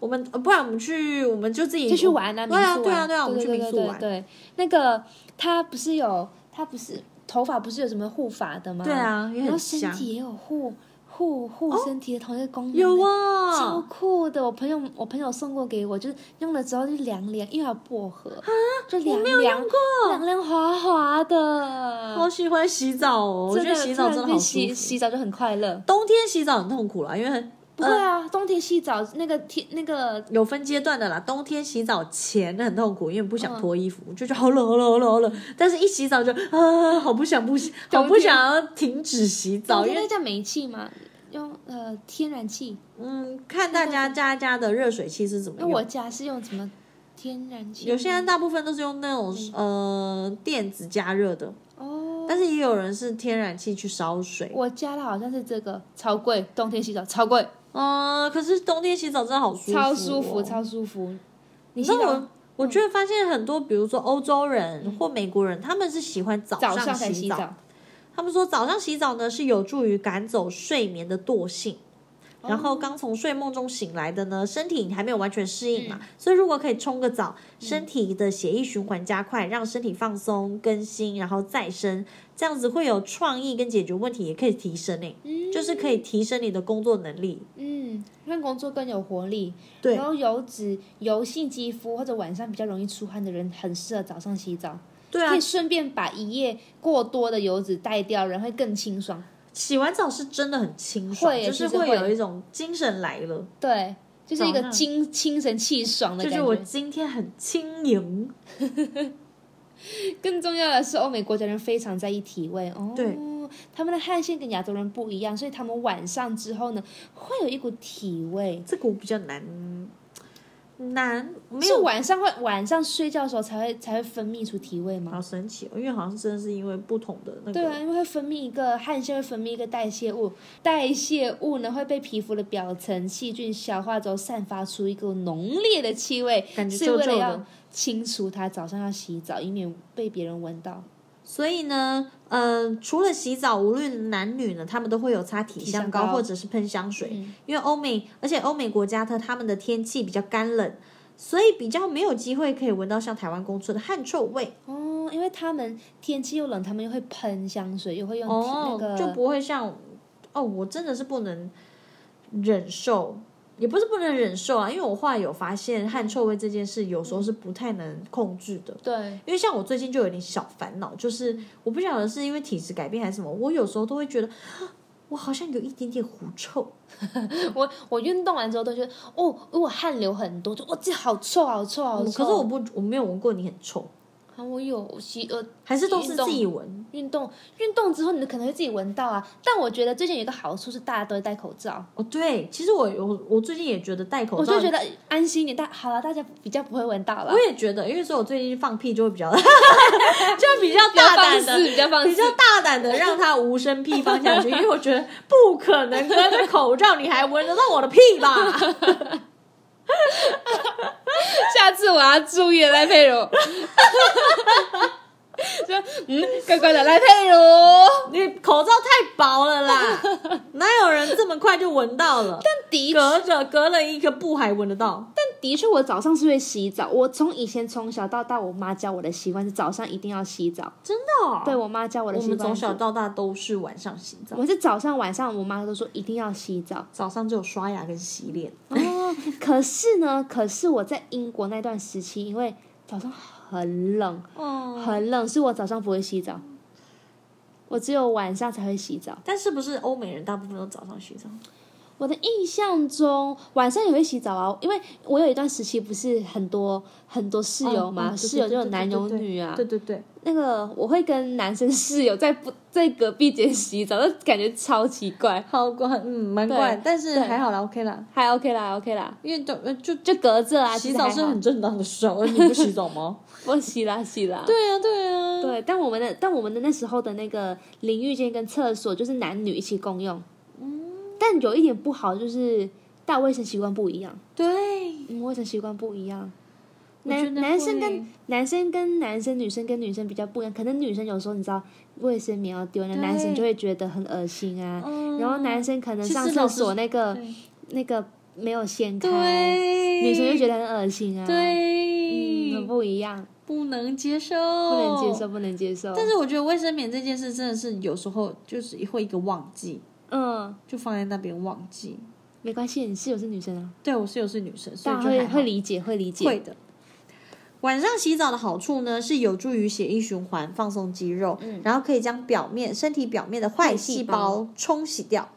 [SPEAKER 1] 我们呃不然我们去，我们就自己
[SPEAKER 2] 就去玩啊，民
[SPEAKER 1] 对
[SPEAKER 2] 宿
[SPEAKER 1] 啊，对啊，对啊，我们
[SPEAKER 2] 对
[SPEAKER 1] 去
[SPEAKER 2] 对
[SPEAKER 1] 民
[SPEAKER 2] 对
[SPEAKER 1] 宿
[SPEAKER 2] 对
[SPEAKER 1] 玩。
[SPEAKER 2] 对，那个他不是有他不是头发不是有什么护发的吗？
[SPEAKER 1] 对，啊，也
[SPEAKER 2] 然后
[SPEAKER 1] 很
[SPEAKER 2] 身
[SPEAKER 1] 香。哦
[SPEAKER 2] 体也有护护护身体的同一个功能，
[SPEAKER 1] 有
[SPEAKER 2] 欸，超
[SPEAKER 1] 啊，
[SPEAKER 2] 酷的！我朋友我朋友送过给我，就是用了之后就凉凉，因为有薄荷，
[SPEAKER 1] 啊
[SPEAKER 2] 就凉凉凉凉滑滑的，
[SPEAKER 1] 好喜欢洗澡哦，我觉得洗澡真的好舒
[SPEAKER 2] 洗
[SPEAKER 1] 服。
[SPEAKER 2] 洗澡就很快乐。
[SPEAKER 1] 冬天洗澡很痛苦啦，因为很呃
[SPEAKER 2] 不会啊，冬天洗澡那个天那个
[SPEAKER 1] 有分阶段的啦。冬天洗澡前很痛苦，因为不想
[SPEAKER 2] 嗯
[SPEAKER 1] 脱衣服，就觉得好冷好冷好冷好冷。但是一洗澡就啊，好不想不 洗，好不想要停止洗
[SPEAKER 2] 冬
[SPEAKER 1] 澡，因
[SPEAKER 2] 天
[SPEAKER 1] 为
[SPEAKER 2] 那叫煤气嘛，用呃天然气。
[SPEAKER 1] 嗯，看大家家家的热水器是怎么
[SPEAKER 2] 那
[SPEAKER 1] 用。
[SPEAKER 2] 我嗯家是用什么天然气？
[SPEAKER 1] 有些人大部分都是用那种、
[SPEAKER 2] 嗯
[SPEAKER 1] 呃电子加热的，
[SPEAKER 2] 哦，
[SPEAKER 1] 但是也有人是天然气去烧水。
[SPEAKER 2] 我家的好像是这个，超贵，冬天洗澡超贵，
[SPEAKER 1] 嗯、可是冬天洗澡真的好舒服、
[SPEAKER 2] 超舒服，。超舒服。你
[SPEAKER 1] 你
[SPEAKER 2] 洗
[SPEAKER 1] 知道
[SPEAKER 2] 澡
[SPEAKER 1] 我，我觉得发现很多，比如说欧洲人或美国人，他们是喜欢早
[SPEAKER 2] 早上才
[SPEAKER 1] 洗
[SPEAKER 2] 洗澡，
[SPEAKER 1] 他们说早上洗澡呢是有助于赶走睡眠的惰性。然
[SPEAKER 2] 哦
[SPEAKER 1] 后刚从睡梦中醒来的呢，身体还没有完全适应嘛，
[SPEAKER 2] 嗯
[SPEAKER 1] 所以如果可以冲个澡，身体的血液循环加快，让身体放松、更新，然后再生，这样子会有创意跟解决问题，也可以提升诶、就是可以提升你的工作能力。
[SPEAKER 2] 嗯，让工作更有活力。
[SPEAKER 1] 对
[SPEAKER 2] 然后油脂、油性肌肤或者晚上比较容易出汗的人，很适合早上洗澡，
[SPEAKER 1] 对啊
[SPEAKER 2] 可以，顺便把一夜过多的油脂带掉，人会更清爽。
[SPEAKER 1] 洗完澡是真的很清爽，
[SPEAKER 2] 会
[SPEAKER 1] 就是
[SPEAKER 2] 其实
[SPEAKER 1] 会
[SPEAKER 2] 会
[SPEAKER 1] 有一种精神来了，
[SPEAKER 2] 对，就是一
[SPEAKER 1] 早
[SPEAKER 2] 个
[SPEAKER 1] 上
[SPEAKER 2] 精精神气爽
[SPEAKER 1] 啊
[SPEAKER 2] 的
[SPEAKER 1] 就
[SPEAKER 2] 感
[SPEAKER 1] 是
[SPEAKER 2] 觉。
[SPEAKER 1] 我今天很轻盈。
[SPEAKER 2] 更重要的是，欧美国家人非常在意体味哦。
[SPEAKER 1] 对，
[SPEAKER 2] 他们的汗腺跟亚洲人不一样，所以他们晚上之后呢，会有一股体味，
[SPEAKER 1] 这个我比较难难，没
[SPEAKER 2] 是
[SPEAKER 1] 有
[SPEAKER 2] 晚上会晚上睡觉的时候才会才会分泌出体味吗
[SPEAKER 1] 好？神奇、哦，因为好像真的是因为不同的那个，
[SPEAKER 2] 对啊，因为会分泌一个汗腺，会分泌一个代谢物，代谢物呢会被皮肤的表层细菌消化之后，散发出一股浓烈的气味，
[SPEAKER 1] 感觉
[SPEAKER 2] 是
[SPEAKER 1] 皱
[SPEAKER 2] 为了
[SPEAKER 1] 皱
[SPEAKER 2] 要
[SPEAKER 1] 的。
[SPEAKER 2] 清除它。早上要洗澡，以免被别人闻
[SPEAKER 1] 啊
[SPEAKER 2] 到。
[SPEAKER 1] 所以呢，呃，除了洗澡，无论男女呢，他们都会有擦体香
[SPEAKER 2] 体
[SPEAKER 1] 膏
[SPEAKER 2] 香膏
[SPEAKER 1] 或者是喷香水，
[SPEAKER 2] 嗯
[SPEAKER 1] 因为欧美，而且欧美国家它他们的天气比较干冷，所以比较没有机会可以闻到像台湾公厕的汗臭味
[SPEAKER 2] 哦，因为他们天气又冷，他们又会喷香水，又会用体
[SPEAKER 1] 哦，
[SPEAKER 2] 那个
[SPEAKER 1] 就不会像哦，我真的是不能忍受。也不是不能忍受啊，因为我后来有发现汗臭味这件事，有时候是不太能控制的。
[SPEAKER 2] 对，
[SPEAKER 1] 因为像我最近就有点小烦恼，就是我不晓得是因为体质改变还是什么，我有时候都会觉得，啊我好像有一点点狐臭，
[SPEAKER 2] 我我运动完之后都觉得，哦，我汗流很多，就哦，这好臭，好臭，好
[SPEAKER 1] 嗯可
[SPEAKER 2] 臭。
[SPEAKER 1] 是我不我没有闻过你很臭，
[SPEAKER 2] 啊，我有洗呃
[SPEAKER 1] 还是都是
[SPEAKER 2] 运动
[SPEAKER 1] 自己闻
[SPEAKER 2] 运动，运动之后你可能会自己闻到啊。但我觉得最近有一个好处是大家都会戴口罩，
[SPEAKER 1] 哦。对，其实我我我最近也觉得戴口
[SPEAKER 2] 我
[SPEAKER 1] 罩，
[SPEAKER 2] 就觉得安心一点。大好了，大家比较不会闻到了
[SPEAKER 1] 我，也觉得，因为说我最近放屁就会比较， 就比较
[SPEAKER 2] 比较
[SPEAKER 1] 大
[SPEAKER 2] 放
[SPEAKER 1] 胆
[SPEAKER 2] 肆，
[SPEAKER 1] 的。
[SPEAKER 2] 比较放
[SPEAKER 1] 比
[SPEAKER 2] 肆
[SPEAKER 1] 较。大胆的让它无声屁放下去，因为我觉得不可能隔着口罩你还闻得到我的屁吧？
[SPEAKER 2] 下次我要注意了赖佩柔。嗯，乖乖的赖佩如，
[SPEAKER 1] 你口罩太薄了啦， 哪有人这么快就闻到了？
[SPEAKER 2] 的
[SPEAKER 1] 隔着隔了一个布还闻得到，
[SPEAKER 2] 的确，我早上是会洗澡。我从以前从小到大，我妈教我的习惯是早上一定要洗澡。
[SPEAKER 1] 真的、哦
[SPEAKER 2] 对我妈教我的
[SPEAKER 1] 我
[SPEAKER 2] 习
[SPEAKER 1] 们
[SPEAKER 2] 惯
[SPEAKER 1] 从
[SPEAKER 2] 是，
[SPEAKER 1] 小到大都是晚上洗澡，
[SPEAKER 2] 我是早上晚上，我妈都说一定要洗澡。
[SPEAKER 1] 早上只有刷牙跟洗脸。
[SPEAKER 2] 哦，可是呢，可是我在英国那段时期，因为早上很冷，
[SPEAKER 1] 哦，
[SPEAKER 2] 很冷，所以我早上不会洗澡，我只有晚上才会洗澡。
[SPEAKER 1] 但是不是欧美人大部分都早上洗澡？
[SPEAKER 2] 我的印象中，晚上也会洗澡啊，因为我有一段时期不是很多很多室友嘛，
[SPEAKER 1] 嗯对对
[SPEAKER 2] 室友就有
[SPEAKER 1] 对对
[SPEAKER 2] 男
[SPEAKER 1] 对
[SPEAKER 2] 有
[SPEAKER 1] 对
[SPEAKER 2] 女啊。
[SPEAKER 1] 对对对，
[SPEAKER 2] 那个我会跟男生室友在不在隔壁间洗澡，那感觉超奇怪，
[SPEAKER 1] 好怪，嗯，蛮
[SPEAKER 2] 对
[SPEAKER 1] 怪，但是
[SPEAKER 2] 对
[SPEAKER 1] 还好啦，OK 啦，
[SPEAKER 2] 还 OK 啦，OK 啦，
[SPEAKER 1] 因为就呃就
[SPEAKER 2] 就隔着啊，
[SPEAKER 1] 洗
[SPEAKER 2] 其实
[SPEAKER 1] 澡
[SPEAKER 2] 还
[SPEAKER 1] 是
[SPEAKER 2] 好
[SPEAKER 1] 很正当的事啊，而 你不洗澡吗？
[SPEAKER 2] 我洗啦洗啦，
[SPEAKER 1] 对啊，对啊，
[SPEAKER 2] 对，但我们的但我们的那时候的那个淋浴间跟厕所就是男女一起共用，嗯，但有一点不好就是大卫生习惯不一样，
[SPEAKER 1] 对，
[SPEAKER 2] 嗯，卫生习惯不一样。
[SPEAKER 1] 我觉
[SPEAKER 2] 男
[SPEAKER 1] 得
[SPEAKER 2] 男生
[SPEAKER 1] 会
[SPEAKER 2] 跟男生跟男生，女生跟女生比较不一样。可能女生有时候你知道卫生棉要丢，那男生
[SPEAKER 1] 对
[SPEAKER 2] 就会觉得很恶心啊。
[SPEAKER 1] 嗯
[SPEAKER 2] 然后男生可能
[SPEAKER 1] 其
[SPEAKER 2] 上
[SPEAKER 1] 实
[SPEAKER 2] 厕
[SPEAKER 1] 老实
[SPEAKER 2] 所
[SPEAKER 1] 说
[SPEAKER 2] 那个
[SPEAKER 1] 对
[SPEAKER 2] 那个没有掀开，
[SPEAKER 1] 对，
[SPEAKER 2] 女生就觉得很恶心啊。，
[SPEAKER 1] 对，
[SPEAKER 2] 嗯，不一样，
[SPEAKER 1] 不能接受，
[SPEAKER 2] 不
[SPEAKER 1] 不
[SPEAKER 2] 能接受，。不能接受。
[SPEAKER 1] 哦但是我觉得卫生棉这件事真的是有时候就是会一个忘记，
[SPEAKER 2] 嗯，
[SPEAKER 1] 就放在那边忘记。
[SPEAKER 2] 没关系，你室友是女生啊，
[SPEAKER 1] 对我室友是女生，所以
[SPEAKER 2] 大家
[SPEAKER 1] 就
[SPEAKER 2] 会
[SPEAKER 1] 还好
[SPEAKER 2] 会理解，会理解。
[SPEAKER 1] 会的。晚上洗澡的好处呢，是有助于血液循环、放松肌肉，然后可以将表面身体表面的坏嗯细
[SPEAKER 2] 坏
[SPEAKER 1] 胞冲洗掉，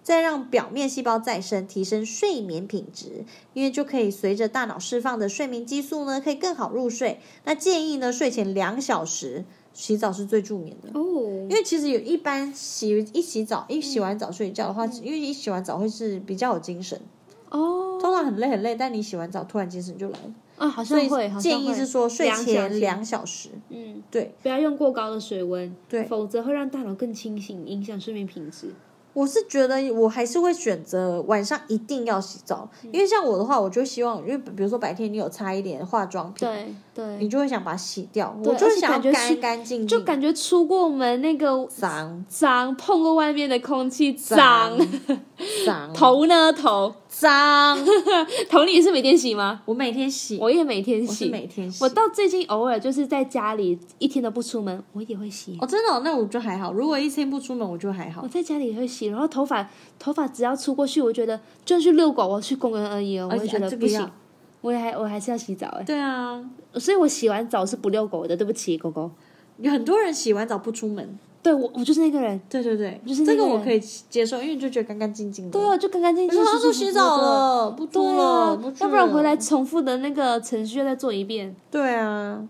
[SPEAKER 1] 再让表面细胞再生，提升睡眠品质。因为就可以随着大脑释放的睡眠激素呢，可以更好入睡。那建议呢，睡前两小时洗澡是最助眠的。
[SPEAKER 2] 哦
[SPEAKER 1] 因为其实有一般洗一洗澡，一洗完澡睡觉的话，因为一洗完澡会是比较有精神，
[SPEAKER 2] 哦
[SPEAKER 1] 通常很累很累，但你洗完澡突然精神就来了。
[SPEAKER 2] 啊，好像
[SPEAKER 1] 所以
[SPEAKER 2] 会，好像
[SPEAKER 1] 建议
[SPEAKER 2] 会
[SPEAKER 1] 是说睡
[SPEAKER 2] 两小时
[SPEAKER 1] 前两小时，
[SPEAKER 2] 嗯，
[SPEAKER 1] 对，
[SPEAKER 2] 不要用过高的水温，
[SPEAKER 1] 对
[SPEAKER 2] 否则会让大脑更清醒，影响睡眠品质。
[SPEAKER 1] 我是觉得我还是会选择晚上一定要洗澡，
[SPEAKER 2] 嗯
[SPEAKER 1] 因为像我的话，我就希望，因为比如说白天你有擦一点化妆品，
[SPEAKER 2] 对
[SPEAKER 1] 你
[SPEAKER 2] 对，
[SPEAKER 1] 就会想把它洗掉，
[SPEAKER 2] 对
[SPEAKER 1] 我就
[SPEAKER 2] 而
[SPEAKER 1] 是
[SPEAKER 2] 且
[SPEAKER 1] 想要
[SPEAKER 2] 感觉是
[SPEAKER 1] 干干净净，
[SPEAKER 2] 就感觉出过门那个
[SPEAKER 1] 脏
[SPEAKER 2] 脏，碰过外面的空气脏
[SPEAKER 1] 脏，脏
[SPEAKER 2] 头呢头
[SPEAKER 1] 脏，
[SPEAKER 2] 头你也是每天洗吗？
[SPEAKER 1] 我每天洗，
[SPEAKER 2] 我也每天
[SPEAKER 1] 我是
[SPEAKER 2] 洗，
[SPEAKER 1] 每天洗，
[SPEAKER 2] 我到最近偶尔就是在家里一天都不出门，我也会洗。
[SPEAKER 1] 哦真的哦、那我就还好，如果一天不出门我就还好
[SPEAKER 2] 我，在家里也会洗，然后头发头发只要出过去，我觉得就算去遛狗，我去公园而已哦，我
[SPEAKER 1] 而
[SPEAKER 2] 会
[SPEAKER 1] 且啊
[SPEAKER 2] 觉得
[SPEAKER 1] 这
[SPEAKER 2] 不
[SPEAKER 1] 个
[SPEAKER 2] 行
[SPEAKER 1] 要，，
[SPEAKER 2] 我也还我还是要洗澡哎，
[SPEAKER 1] 对啊，
[SPEAKER 2] 所以我洗完澡是不遛狗的，对不起狗狗。
[SPEAKER 1] 有很多人洗完澡不出门，
[SPEAKER 2] 对我我就是那个人，
[SPEAKER 1] 对对对，
[SPEAKER 2] 就是那
[SPEAKER 1] 这
[SPEAKER 2] 个
[SPEAKER 1] 个我
[SPEAKER 2] 人
[SPEAKER 1] 可以接受，因为你就觉得干干净净的。
[SPEAKER 2] 对啊，就干干净净，
[SPEAKER 1] 他
[SPEAKER 2] 舒舒
[SPEAKER 1] 说
[SPEAKER 2] 服
[SPEAKER 1] 洗
[SPEAKER 2] 服
[SPEAKER 1] 澡
[SPEAKER 2] 的，
[SPEAKER 1] 了，不
[SPEAKER 2] 对
[SPEAKER 1] 多
[SPEAKER 2] 啊
[SPEAKER 1] 了，去，
[SPEAKER 2] 要不然
[SPEAKER 1] 了
[SPEAKER 2] 回来。重复的那个程序又再做一遍。
[SPEAKER 1] 对啊，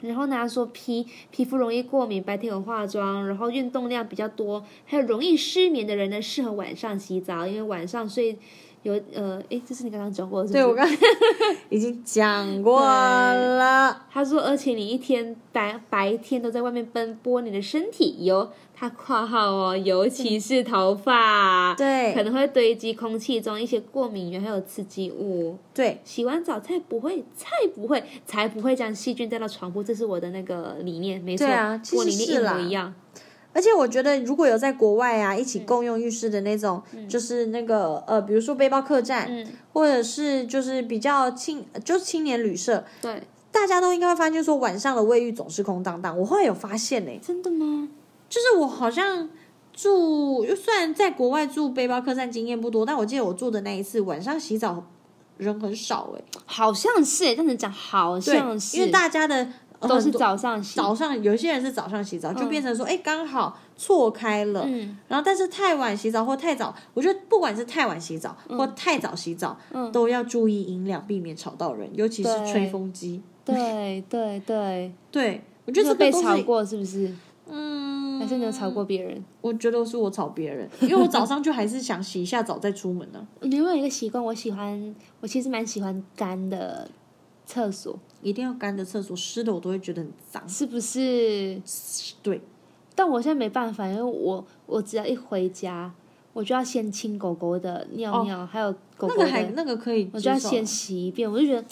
[SPEAKER 2] 然后呢，他说皮皮肤容易过敏，白天有化妆，然后运动量比较多，还有容易失眠的人呢，适合晚上洗澡，因为晚上睡有呃，诶，这是你刚刚讲过的是不
[SPEAKER 1] 对
[SPEAKER 2] 是
[SPEAKER 1] 我 刚已经讲过了，
[SPEAKER 2] 他说，而且你一天白白天都在外面奔波，你的身体尤他括号哦，尤其是头
[SPEAKER 1] 啊
[SPEAKER 2] 发，可
[SPEAKER 1] 对
[SPEAKER 2] 能会堆积空气中一些过敏源还有刺激物。
[SPEAKER 1] 对，
[SPEAKER 2] 洗完澡才不会，才不会，才不会将细菌带到床铺，这是我的那个理念，没错，
[SPEAKER 1] 对啊
[SPEAKER 2] 跟我
[SPEAKER 1] 其
[SPEAKER 2] 理
[SPEAKER 1] 实
[SPEAKER 2] 念一
[SPEAKER 1] 是
[SPEAKER 2] 模
[SPEAKER 1] 啦
[SPEAKER 2] 一样。
[SPEAKER 1] 而且我觉得如果有在国外啊一起共用浴室的那种，就是那个呃，比如说背包客栈，
[SPEAKER 2] 嗯
[SPEAKER 1] 或者是就是比较青，就是青年旅社，
[SPEAKER 2] 对，
[SPEAKER 1] 大家都应该会发现说晚上的卫浴总是空荡荡。我后来有发现呢、
[SPEAKER 2] 真的吗？
[SPEAKER 1] 就是我好像住，就虽然在国外住背包客栈经验不多，但我记得我住的那一次晚上洗澡人很少哎、
[SPEAKER 2] 好像是，这样子讲好像是，
[SPEAKER 1] 因为大家的、呃
[SPEAKER 2] 都是
[SPEAKER 1] 很多
[SPEAKER 2] 哦早上洗，
[SPEAKER 1] 早上，有些人是早上洗澡，就变成说，哎、刚好错开了。
[SPEAKER 2] 嗯，
[SPEAKER 1] 然后，但是太晚洗澡或太早，我觉得不管是太晚洗澡
[SPEAKER 2] 嗯
[SPEAKER 1] 或太早洗澡，都要注意音量，避免吵到人，尤其是
[SPEAKER 2] 对
[SPEAKER 1] 吹风机。
[SPEAKER 2] 对对对，
[SPEAKER 1] 对，我觉
[SPEAKER 2] 你
[SPEAKER 1] 得这个
[SPEAKER 2] 有被
[SPEAKER 1] 东
[SPEAKER 2] 吵
[SPEAKER 1] 西，
[SPEAKER 2] 过是不是？
[SPEAKER 1] 嗯，
[SPEAKER 2] 还是你有吵过别人？
[SPEAKER 1] 我觉得是我吵别人，因为我早上就还是想洗一下澡再出门呢、
[SPEAKER 2] 另外一个习惯，我喜欢，我其实蛮喜欢干的厕所，
[SPEAKER 1] 一定要干的厕所，湿的我都会觉得很脏。
[SPEAKER 2] 是不是？
[SPEAKER 1] 对，
[SPEAKER 2] 但我现在没办法，因为我我只要一回家，我就要先清狗狗的尿尿，还有
[SPEAKER 1] 哦那
[SPEAKER 2] 狗狗
[SPEAKER 1] 个还
[SPEAKER 2] 的，
[SPEAKER 1] 那个可以，
[SPEAKER 2] 我就要先。洗一遍，我就觉得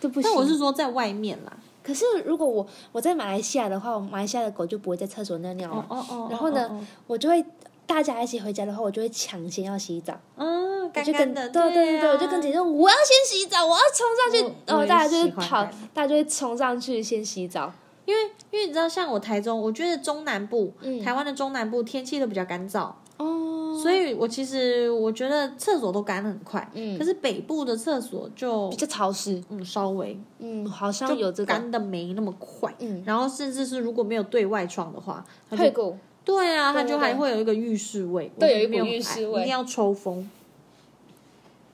[SPEAKER 2] 这不行。
[SPEAKER 1] 但我是说在外面啦，
[SPEAKER 2] 可是如果我我在马来西亚的话，我马来西亚的狗就不会在厕所尿尿
[SPEAKER 1] 哦
[SPEAKER 2] 了，
[SPEAKER 1] 哦哦，
[SPEAKER 2] 然后
[SPEAKER 1] 哦
[SPEAKER 2] 呢？，我就会大家一起回家的话，我就会抢先要洗澡。
[SPEAKER 1] 嗯，
[SPEAKER 2] 哦我
[SPEAKER 1] 干
[SPEAKER 2] 就跟
[SPEAKER 1] 干的，
[SPEAKER 2] 对
[SPEAKER 1] 对
[SPEAKER 2] 对，
[SPEAKER 1] 啊
[SPEAKER 2] 我就跟姐姐说，我要先洗澡，我要冲上去，
[SPEAKER 1] 我我
[SPEAKER 2] 然后
[SPEAKER 1] 也
[SPEAKER 2] 大家就会
[SPEAKER 1] 喜欢欸
[SPEAKER 2] 跑
[SPEAKER 1] 看，
[SPEAKER 2] 大家就会冲上去先洗澡。
[SPEAKER 1] 因为因为你知道，像我台中，我觉得中南部，
[SPEAKER 2] 嗯
[SPEAKER 1] 台湾的中南部天气都比较干燥，
[SPEAKER 2] 哦，
[SPEAKER 1] 所以我其实我觉得厕所都干得很快，
[SPEAKER 2] 嗯
[SPEAKER 1] 可是北部的厕所就
[SPEAKER 2] 比较潮湿，
[SPEAKER 1] 嗯稍微
[SPEAKER 2] 嗯，好像有
[SPEAKER 1] 就
[SPEAKER 2] 这个
[SPEAKER 1] 干的没那么快，
[SPEAKER 2] 嗯
[SPEAKER 1] 然后甚至是如果没有对外窗的话，它
[SPEAKER 2] 退
[SPEAKER 1] 就
[SPEAKER 2] 狗，
[SPEAKER 1] 对啊，它
[SPEAKER 2] 对
[SPEAKER 1] 就
[SPEAKER 2] 对
[SPEAKER 1] 还
[SPEAKER 2] 对
[SPEAKER 1] 会有一个浴室味，我就
[SPEAKER 2] 对有一股
[SPEAKER 1] 没
[SPEAKER 2] 浴室
[SPEAKER 1] 哎
[SPEAKER 2] 味
[SPEAKER 1] 一定要抽风。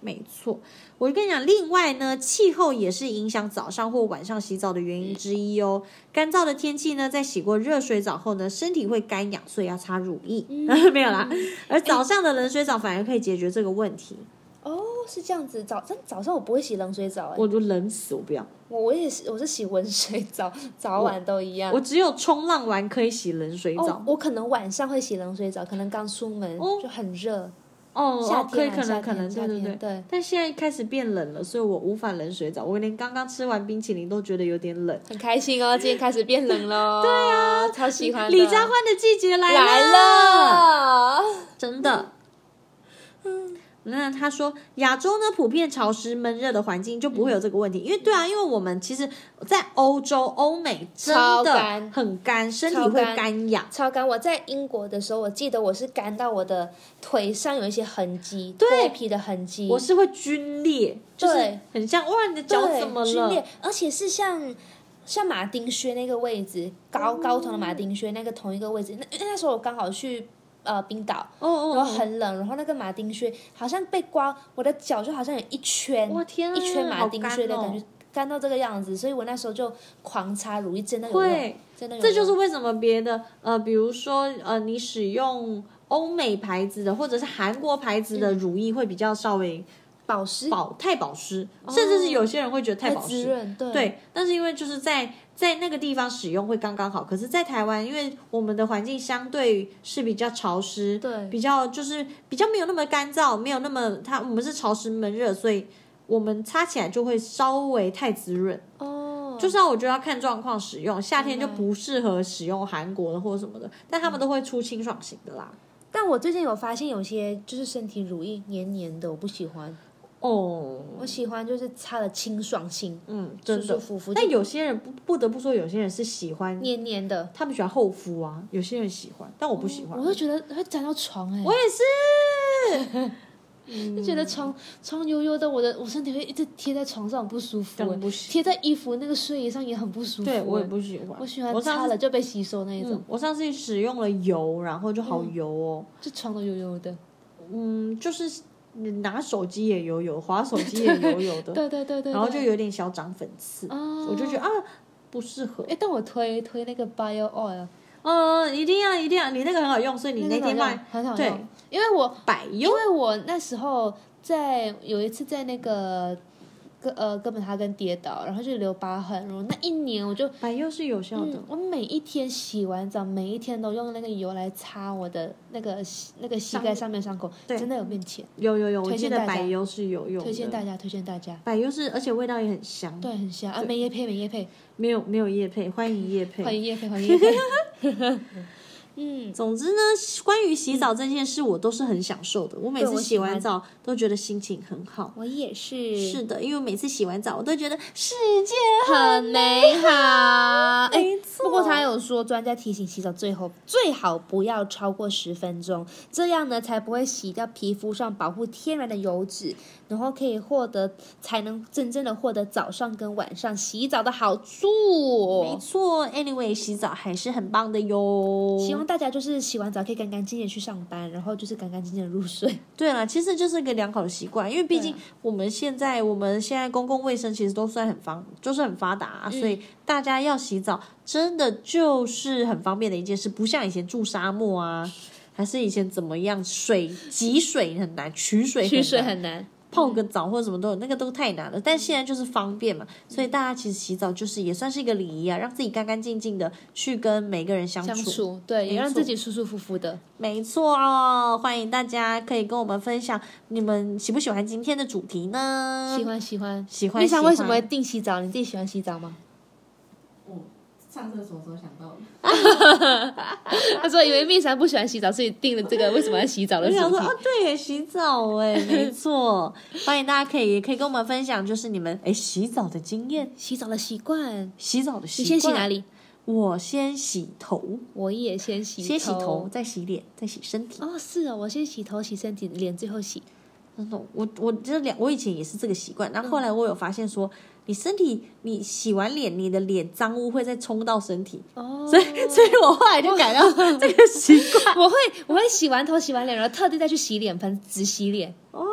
[SPEAKER 1] 没错，我跟你讲，另外呢，气候也是影响早上或晚上洗澡的原因之一哦。干燥的天气呢，在洗过热水澡后呢，身体会干痒，所以要擦乳液。 没有啦，
[SPEAKER 2] 嗯
[SPEAKER 1] 而早上的冷水澡反而可以解决这个问题。
[SPEAKER 2] 哦，是这样子。早上早上我不会洗冷水澡，哎，
[SPEAKER 1] 我就冷死，我不要，
[SPEAKER 2] 我我也是，我是洗温水澡，早晚都一样
[SPEAKER 1] 我。只有冲浪完可以洗冷水
[SPEAKER 2] 哦
[SPEAKER 1] 澡。，
[SPEAKER 2] 我可能晚上会洗冷水澡，可能刚出门
[SPEAKER 1] 哦
[SPEAKER 2] 就很热，
[SPEAKER 1] 哦，
[SPEAKER 2] 夏
[SPEAKER 1] 哦可以，
[SPEAKER 2] 天啊
[SPEAKER 1] 可能，
[SPEAKER 2] 夏
[SPEAKER 1] 可能，对
[SPEAKER 2] 天，夏
[SPEAKER 1] 对对
[SPEAKER 2] 天，。对。
[SPEAKER 1] 但现在开始变冷了，所以我无法冷水澡。我连刚刚吃完冰淇淋都觉得有点冷。
[SPEAKER 2] 很开 心哦，今天开始变冷喽。对啊，超喜欢的
[SPEAKER 1] 李佳欢的季节来
[SPEAKER 2] 来
[SPEAKER 1] 了，
[SPEAKER 2] 了，
[SPEAKER 1] 真的。嗯那他说，亚洲呢普遍潮湿闷热的环境就不会
[SPEAKER 2] 嗯
[SPEAKER 1] 有这个问题，因为对啊，因为我们其实，在欧洲、欧美真
[SPEAKER 2] 超
[SPEAKER 1] 的
[SPEAKER 2] 干
[SPEAKER 1] 很干，身体
[SPEAKER 2] 超
[SPEAKER 1] 会
[SPEAKER 2] 干
[SPEAKER 1] 干痒。
[SPEAKER 2] 超干！我在英国的时候，我记得我是干到我的腿上有一些痕迹，
[SPEAKER 1] 对
[SPEAKER 2] 脱皮的痕迹。
[SPEAKER 1] 我是会皲裂，就是
[SPEAKER 2] 对
[SPEAKER 1] 很像哇，你的
[SPEAKER 2] 对
[SPEAKER 1] 脚怎么
[SPEAKER 2] 皲裂
[SPEAKER 1] 了？，
[SPEAKER 2] 而且是像像马丁靴那个位置，高
[SPEAKER 1] 哦
[SPEAKER 2] 高头的马丁靴那个同一个位置。那因为那时候我刚好去呃冰岛，
[SPEAKER 1] 哦哦，
[SPEAKER 2] 然后
[SPEAKER 1] 哦
[SPEAKER 2] 很冷，然后那个马丁靴好像被刮，我的脚就好像有一圈，
[SPEAKER 1] 哇天啊
[SPEAKER 2] 一圈马丁靴的
[SPEAKER 1] 好干哦
[SPEAKER 2] 感觉，干到这个样子，所以我那时候就狂擦乳液，真的有用
[SPEAKER 1] 会，
[SPEAKER 2] 真的有用，
[SPEAKER 1] 这就是为什么别的呃，比如说呃，你使用欧美牌子的或者是韩国牌子的乳液会比较稍微
[SPEAKER 2] 嗯保湿、哦
[SPEAKER 1] 保、太保湿，甚至是有些人会觉得太
[SPEAKER 2] 太
[SPEAKER 1] 保
[SPEAKER 2] 滋
[SPEAKER 1] 湿。
[SPEAKER 2] 润，对
[SPEAKER 1] 对，但是因为就是在在那个地方使用会刚刚好，可是，在台湾，因为我们的环境相对是比较潮湿，
[SPEAKER 2] 对
[SPEAKER 1] 比较就是比较没有那么干燥，没有那么它我们是潮湿闷热，所以我们擦起来就会稍微太滋润。
[SPEAKER 2] 哦，嗯
[SPEAKER 1] 就是啊我觉得要看状况使用，夏天就
[SPEAKER 2] 明白
[SPEAKER 1] 不适合使用韩国的或什么的，但
[SPEAKER 2] 嗯
[SPEAKER 1] 他们都会出清爽型的啦。
[SPEAKER 2] 但我最近有发现有些就是身体乳液黏黏的，我不喜欢，
[SPEAKER 1] 哦，
[SPEAKER 2] 我喜欢就是擦的清爽型，
[SPEAKER 1] 嗯，
[SPEAKER 2] 舒
[SPEAKER 1] 真
[SPEAKER 2] 舒
[SPEAKER 1] 的。
[SPEAKER 2] 服服，
[SPEAKER 1] 但
[SPEAKER 2] 就
[SPEAKER 1] 有些人不不得不说，有些人是喜欢，
[SPEAKER 2] 黏黏的，哦
[SPEAKER 1] 他们喜欢厚敷啊，有些人喜欢，但我不喜欢。
[SPEAKER 2] 我会觉得会沾到床哎、
[SPEAKER 1] 我也是，
[SPEAKER 2] 就觉得床床油油的，我的我身体会一直贴在床上很不舒服
[SPEAKER 1] 真
[SPEAKER 2] 欸，
[SPEAKER 1] 不行
[SPEAKER 2] 贴在衣服那个睡衣上也很不舒服欸。
[SPEAKER 1] 对我也不喜欢。
[SPEAKER 2] 我喜欢
[SPEAKER 1] 我
[SPEAKER 2] 擦
[SPEAKER 1] 上
[SPEAKER 2] 了
[SPEAKER 1] 次
[SPEAKER 2] 就被吸收那一种，嗯
[SPEAKER 1] 嗯，我上次使用了油，然后就好油哦。
[SPEAKER 2] 就床都油油的。
[SPEAKER 1] 嗯，就是你拿手机也油油，滑手机也油油的，
[SPEAKER 2] 对对对对，
[SPEAKER 1] 然后就
[SPEAKER 2] 对
[SPEAKER 1] 有点小长粉刺，
[SPEAKER 2] 哦
[SPEAKER 1] 我就觉得啊不适合。
[SPEAKER 2] 哎，但我推推那个 Bio Oil，
[SPEAKER 1] 嗯，一定要一定要，你那个很好用，所以你那
[SPEAKER 2] 个
[SPEAKER 1] 天
[SPEAKER 2] 好像
[SPEAKER 1] 卖
[SPEAKER 2] 很好
[SPEAKER 1] 对
[SPEAKER 2] 用，因为我
[SPEAKER 1] 百
[SPEAKER 2] 因
[SPEAKER 1] 优
[SPEAKER 2] 为我那时候在有一次在那个。哥呃，哥本哈根跌倒，然后就留疤痕。然后那一年我就，
[SPEAKER 1] 百优是有效的
[SPEAKER 2] 嗯，，我每一天洗完澡，每一天都用那个油来擦我的那个膝那个膝盖上面伤口，
[SPEAKER 1] 对
[SPEAKER 2] 真的有变浅。
[SPEAKER 1] 有有有，我
[SPEAKER 2] 推
[SPEAKER 1] 记
[SPEAKER 2] 荐
[SPEAKER 1] 得
[SPEAKER 2] 大家
[SPEAKER 1] 百优是有用的，
[SPEAKER 2] 推荐大家，推荐大家，
[SPEAKER 1] 百优是，而且味道也很香，
[SPEAKER 2] 对，很香啊！
[SPEAKER 1] 对
[SPEAKER 2] 没叶配，没叶配，
[SPEAKER 1] 没有没有叶配，欢迎叶
[SPEAKER 2] 欢
[SPEAKER 1] 配。
[SPEAKER 2] 迎叶配，欢迎叶配。 嗯，
[SPEAKER 1] 总之呢，关于洗澡这件事，我都是很享受的。我每
[SPEAKER 2] 嗯对
[SPEAKER 1] 次
[SPEAKER 2] 我
[SPEAKER 1] 洗
[SPEAKER 2] 喜
[SPEAKER 1] 完
[SPEAKER 2] 欢
[SPEAKER 1] 澡都觉得心情很好。
[SPEAKER 2] 我也是，
[SPEAKER 1] 是的，因为每次洗完澡，我都觉得世界
[SPEAKER 2] 很美好。哎
[SPEAKER 1] 哦没错
[SPEAKER 2] 不过他有说，专家提醒洗澡最后最好不要超过十分钟，这样呢才不会洗掉皮肤上保护天然的油脂，然后可以获得才能真正的获得早上跟晚上洗澡的好
[SPEAKER 1] 没
[SPEAKER 2] 处。
[SPEAKER 1] 错。Anyway，洗澡还是很棒的哟。
[SPEAKER 2] 希望大家就是洗完澡可以干干净净地去上班，然后就是干干净净的入睡。
[SPEAKER 1] 对了，其实就是一个良好的习惯，因为毕
[SPEAKER 2] 对
[SPEAKER 1] 竟
[SPEAKER 2] 啊
[SPEAKER 1] 我们现在我们现在公共卫生其实都算很方，就是很发达、啊，
[SPEAKER 2] 嗯
[SPEAKER 1] 所以大家要洗澡真的就是很方便的一件事，不像以前住沙漠啊，还是以前怎么样，水汲水很难，取水很
[SPEAKER 2] 取水
[SPEAKER 1] 难
[SPEAKER 2] 很嗯难。
[SPEAKER 1] 泡个澡或者什么都有，那个都太难了。但现在就是方便嘛，所以
[SPEAKER 2] 嗯
[SPEAKER 1] 大家其实洗澡就是也算是一个礼仪啊，让自己干干净净的去跟每个人相
[SPEAKER 2] 相处，对，也让
[SPEAKER 1] 错
[SPEAKER 2] 自己舒舒服服的。
[SPEAKER 1] 没错哦，欢迎大家可以跟我们分享你们喜不喜欢今天的主题呢？
[SPEAKER 2] 喜欢喜欢
[SPEAKER 1] 喜欢
[SPEAKER 2] 丽莎
[SPEAKER 1] 喜
[SPEAKER 2] 为什么
[SPEAKER 1] 欢
[SPEAKER 2] 会定洗澡？你自己喜欢洗澡吗？
[SPEAKER 4] 上厕所时候想到的。
[SPEAKER 2] 他说因为蜜山不喜欢洗澡，所以定了这个为什么要洗澡
[SPEAKER 1] 我
[SPEAKER 2] 的
[SPEAKER 1] 就
[SPEAKER 2] 主
[SPEAKER 1] 想说，
[SPEAKER 2] 题。
[SPEAKER 1] 哦，对耶，洗澡 哎，没错，欢迎大家可以也可以跟我们分享，就是你们哎洗澡的经验，
[SPEAKER 2] 洗澡的习惯，
[SPEAKER 1] 洗澡的习
[SPEAKER 2] 你
[SPEAKER 1] 惯。
[SPEAKER 2] 先洗哪？里？
[SPEAKER 1] 我先洗头，
[SPEAKER 2] 我也先洗，
[SPEAKER 1] 先洗头，。再洗脸，再洗身体。
[SPEAKER 2] 哦，是哦，我先洗头、洗身体、脸，最后洗。
[SPEAKER 1] 真的，我我这两，我以前也是这个习惯，但
[SPEAKER 2] 嗯
[SPEAKER 1] 后来我有发现说，你身体你洗完脸，你的脸脏污会再冲到身体，
[SPEAKER 2] 哦，
[SPEAKER 1] 所以所以我后来就改掉这个习惯。
[SPEAKER 2] 我会我会洗完头、洗完脸，然后特地再去洗脸盆，只洗脸。
[SPEAKER 1] 哦，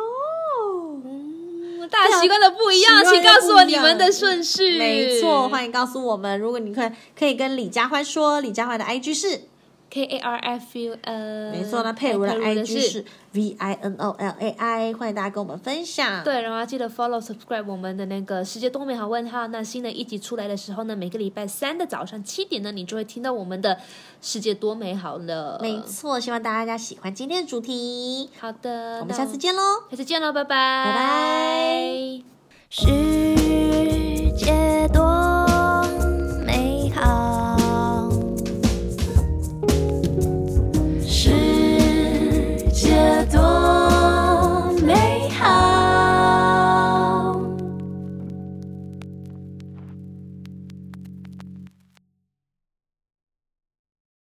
[SPEAKER 2] 嗯大家习惯的不一样，
[SPEAKER 1] 习惯
[SPEAKER 2] 请
[SPEAKER 1] 的
[SPEAKER 2] 告诉我
[SPEAKER 1] 不一
[SPEAKER 2] 你
[SPEAKER 1] 样
[SPEAKER 2] 们的顺序。
[SPEAKER 1] 没错，欢迎告诉我们，如果你可以可以跟李佳欢说，李佳欢的 IG 是。
[SPEAKER 2] K A R F U N，
[SPEAKER 1] 没错，那佩如的
[SPEAKER 2] 嗯佩
[SPEAKER 1] IG
[SPEAKER 2] 是
[SPEAKER 1] 是 V I N O L A I，欢迎大家跟我们分享。，
[SPEAKER 2] 对，然后记得 follow subscribe 我们的那个世界多美好问号。那新的一集出来的时候呢，每个礼拜三的早上七点呢，你就会听到我们的世界多美好了。
[SPEAKER 1] 没错，希望大家喜欢今天的主题，
[SPEAKER 2] 好的，
[SPEAKER 1] 我们
[SPEAKER 2] 那
[SPEAKER 1] 下次，见喽。
[SPEAKER 2] 下次见喽，拜拜，
[SPEAKER 1] 拜拜。
[SPEAKER 3] 世界多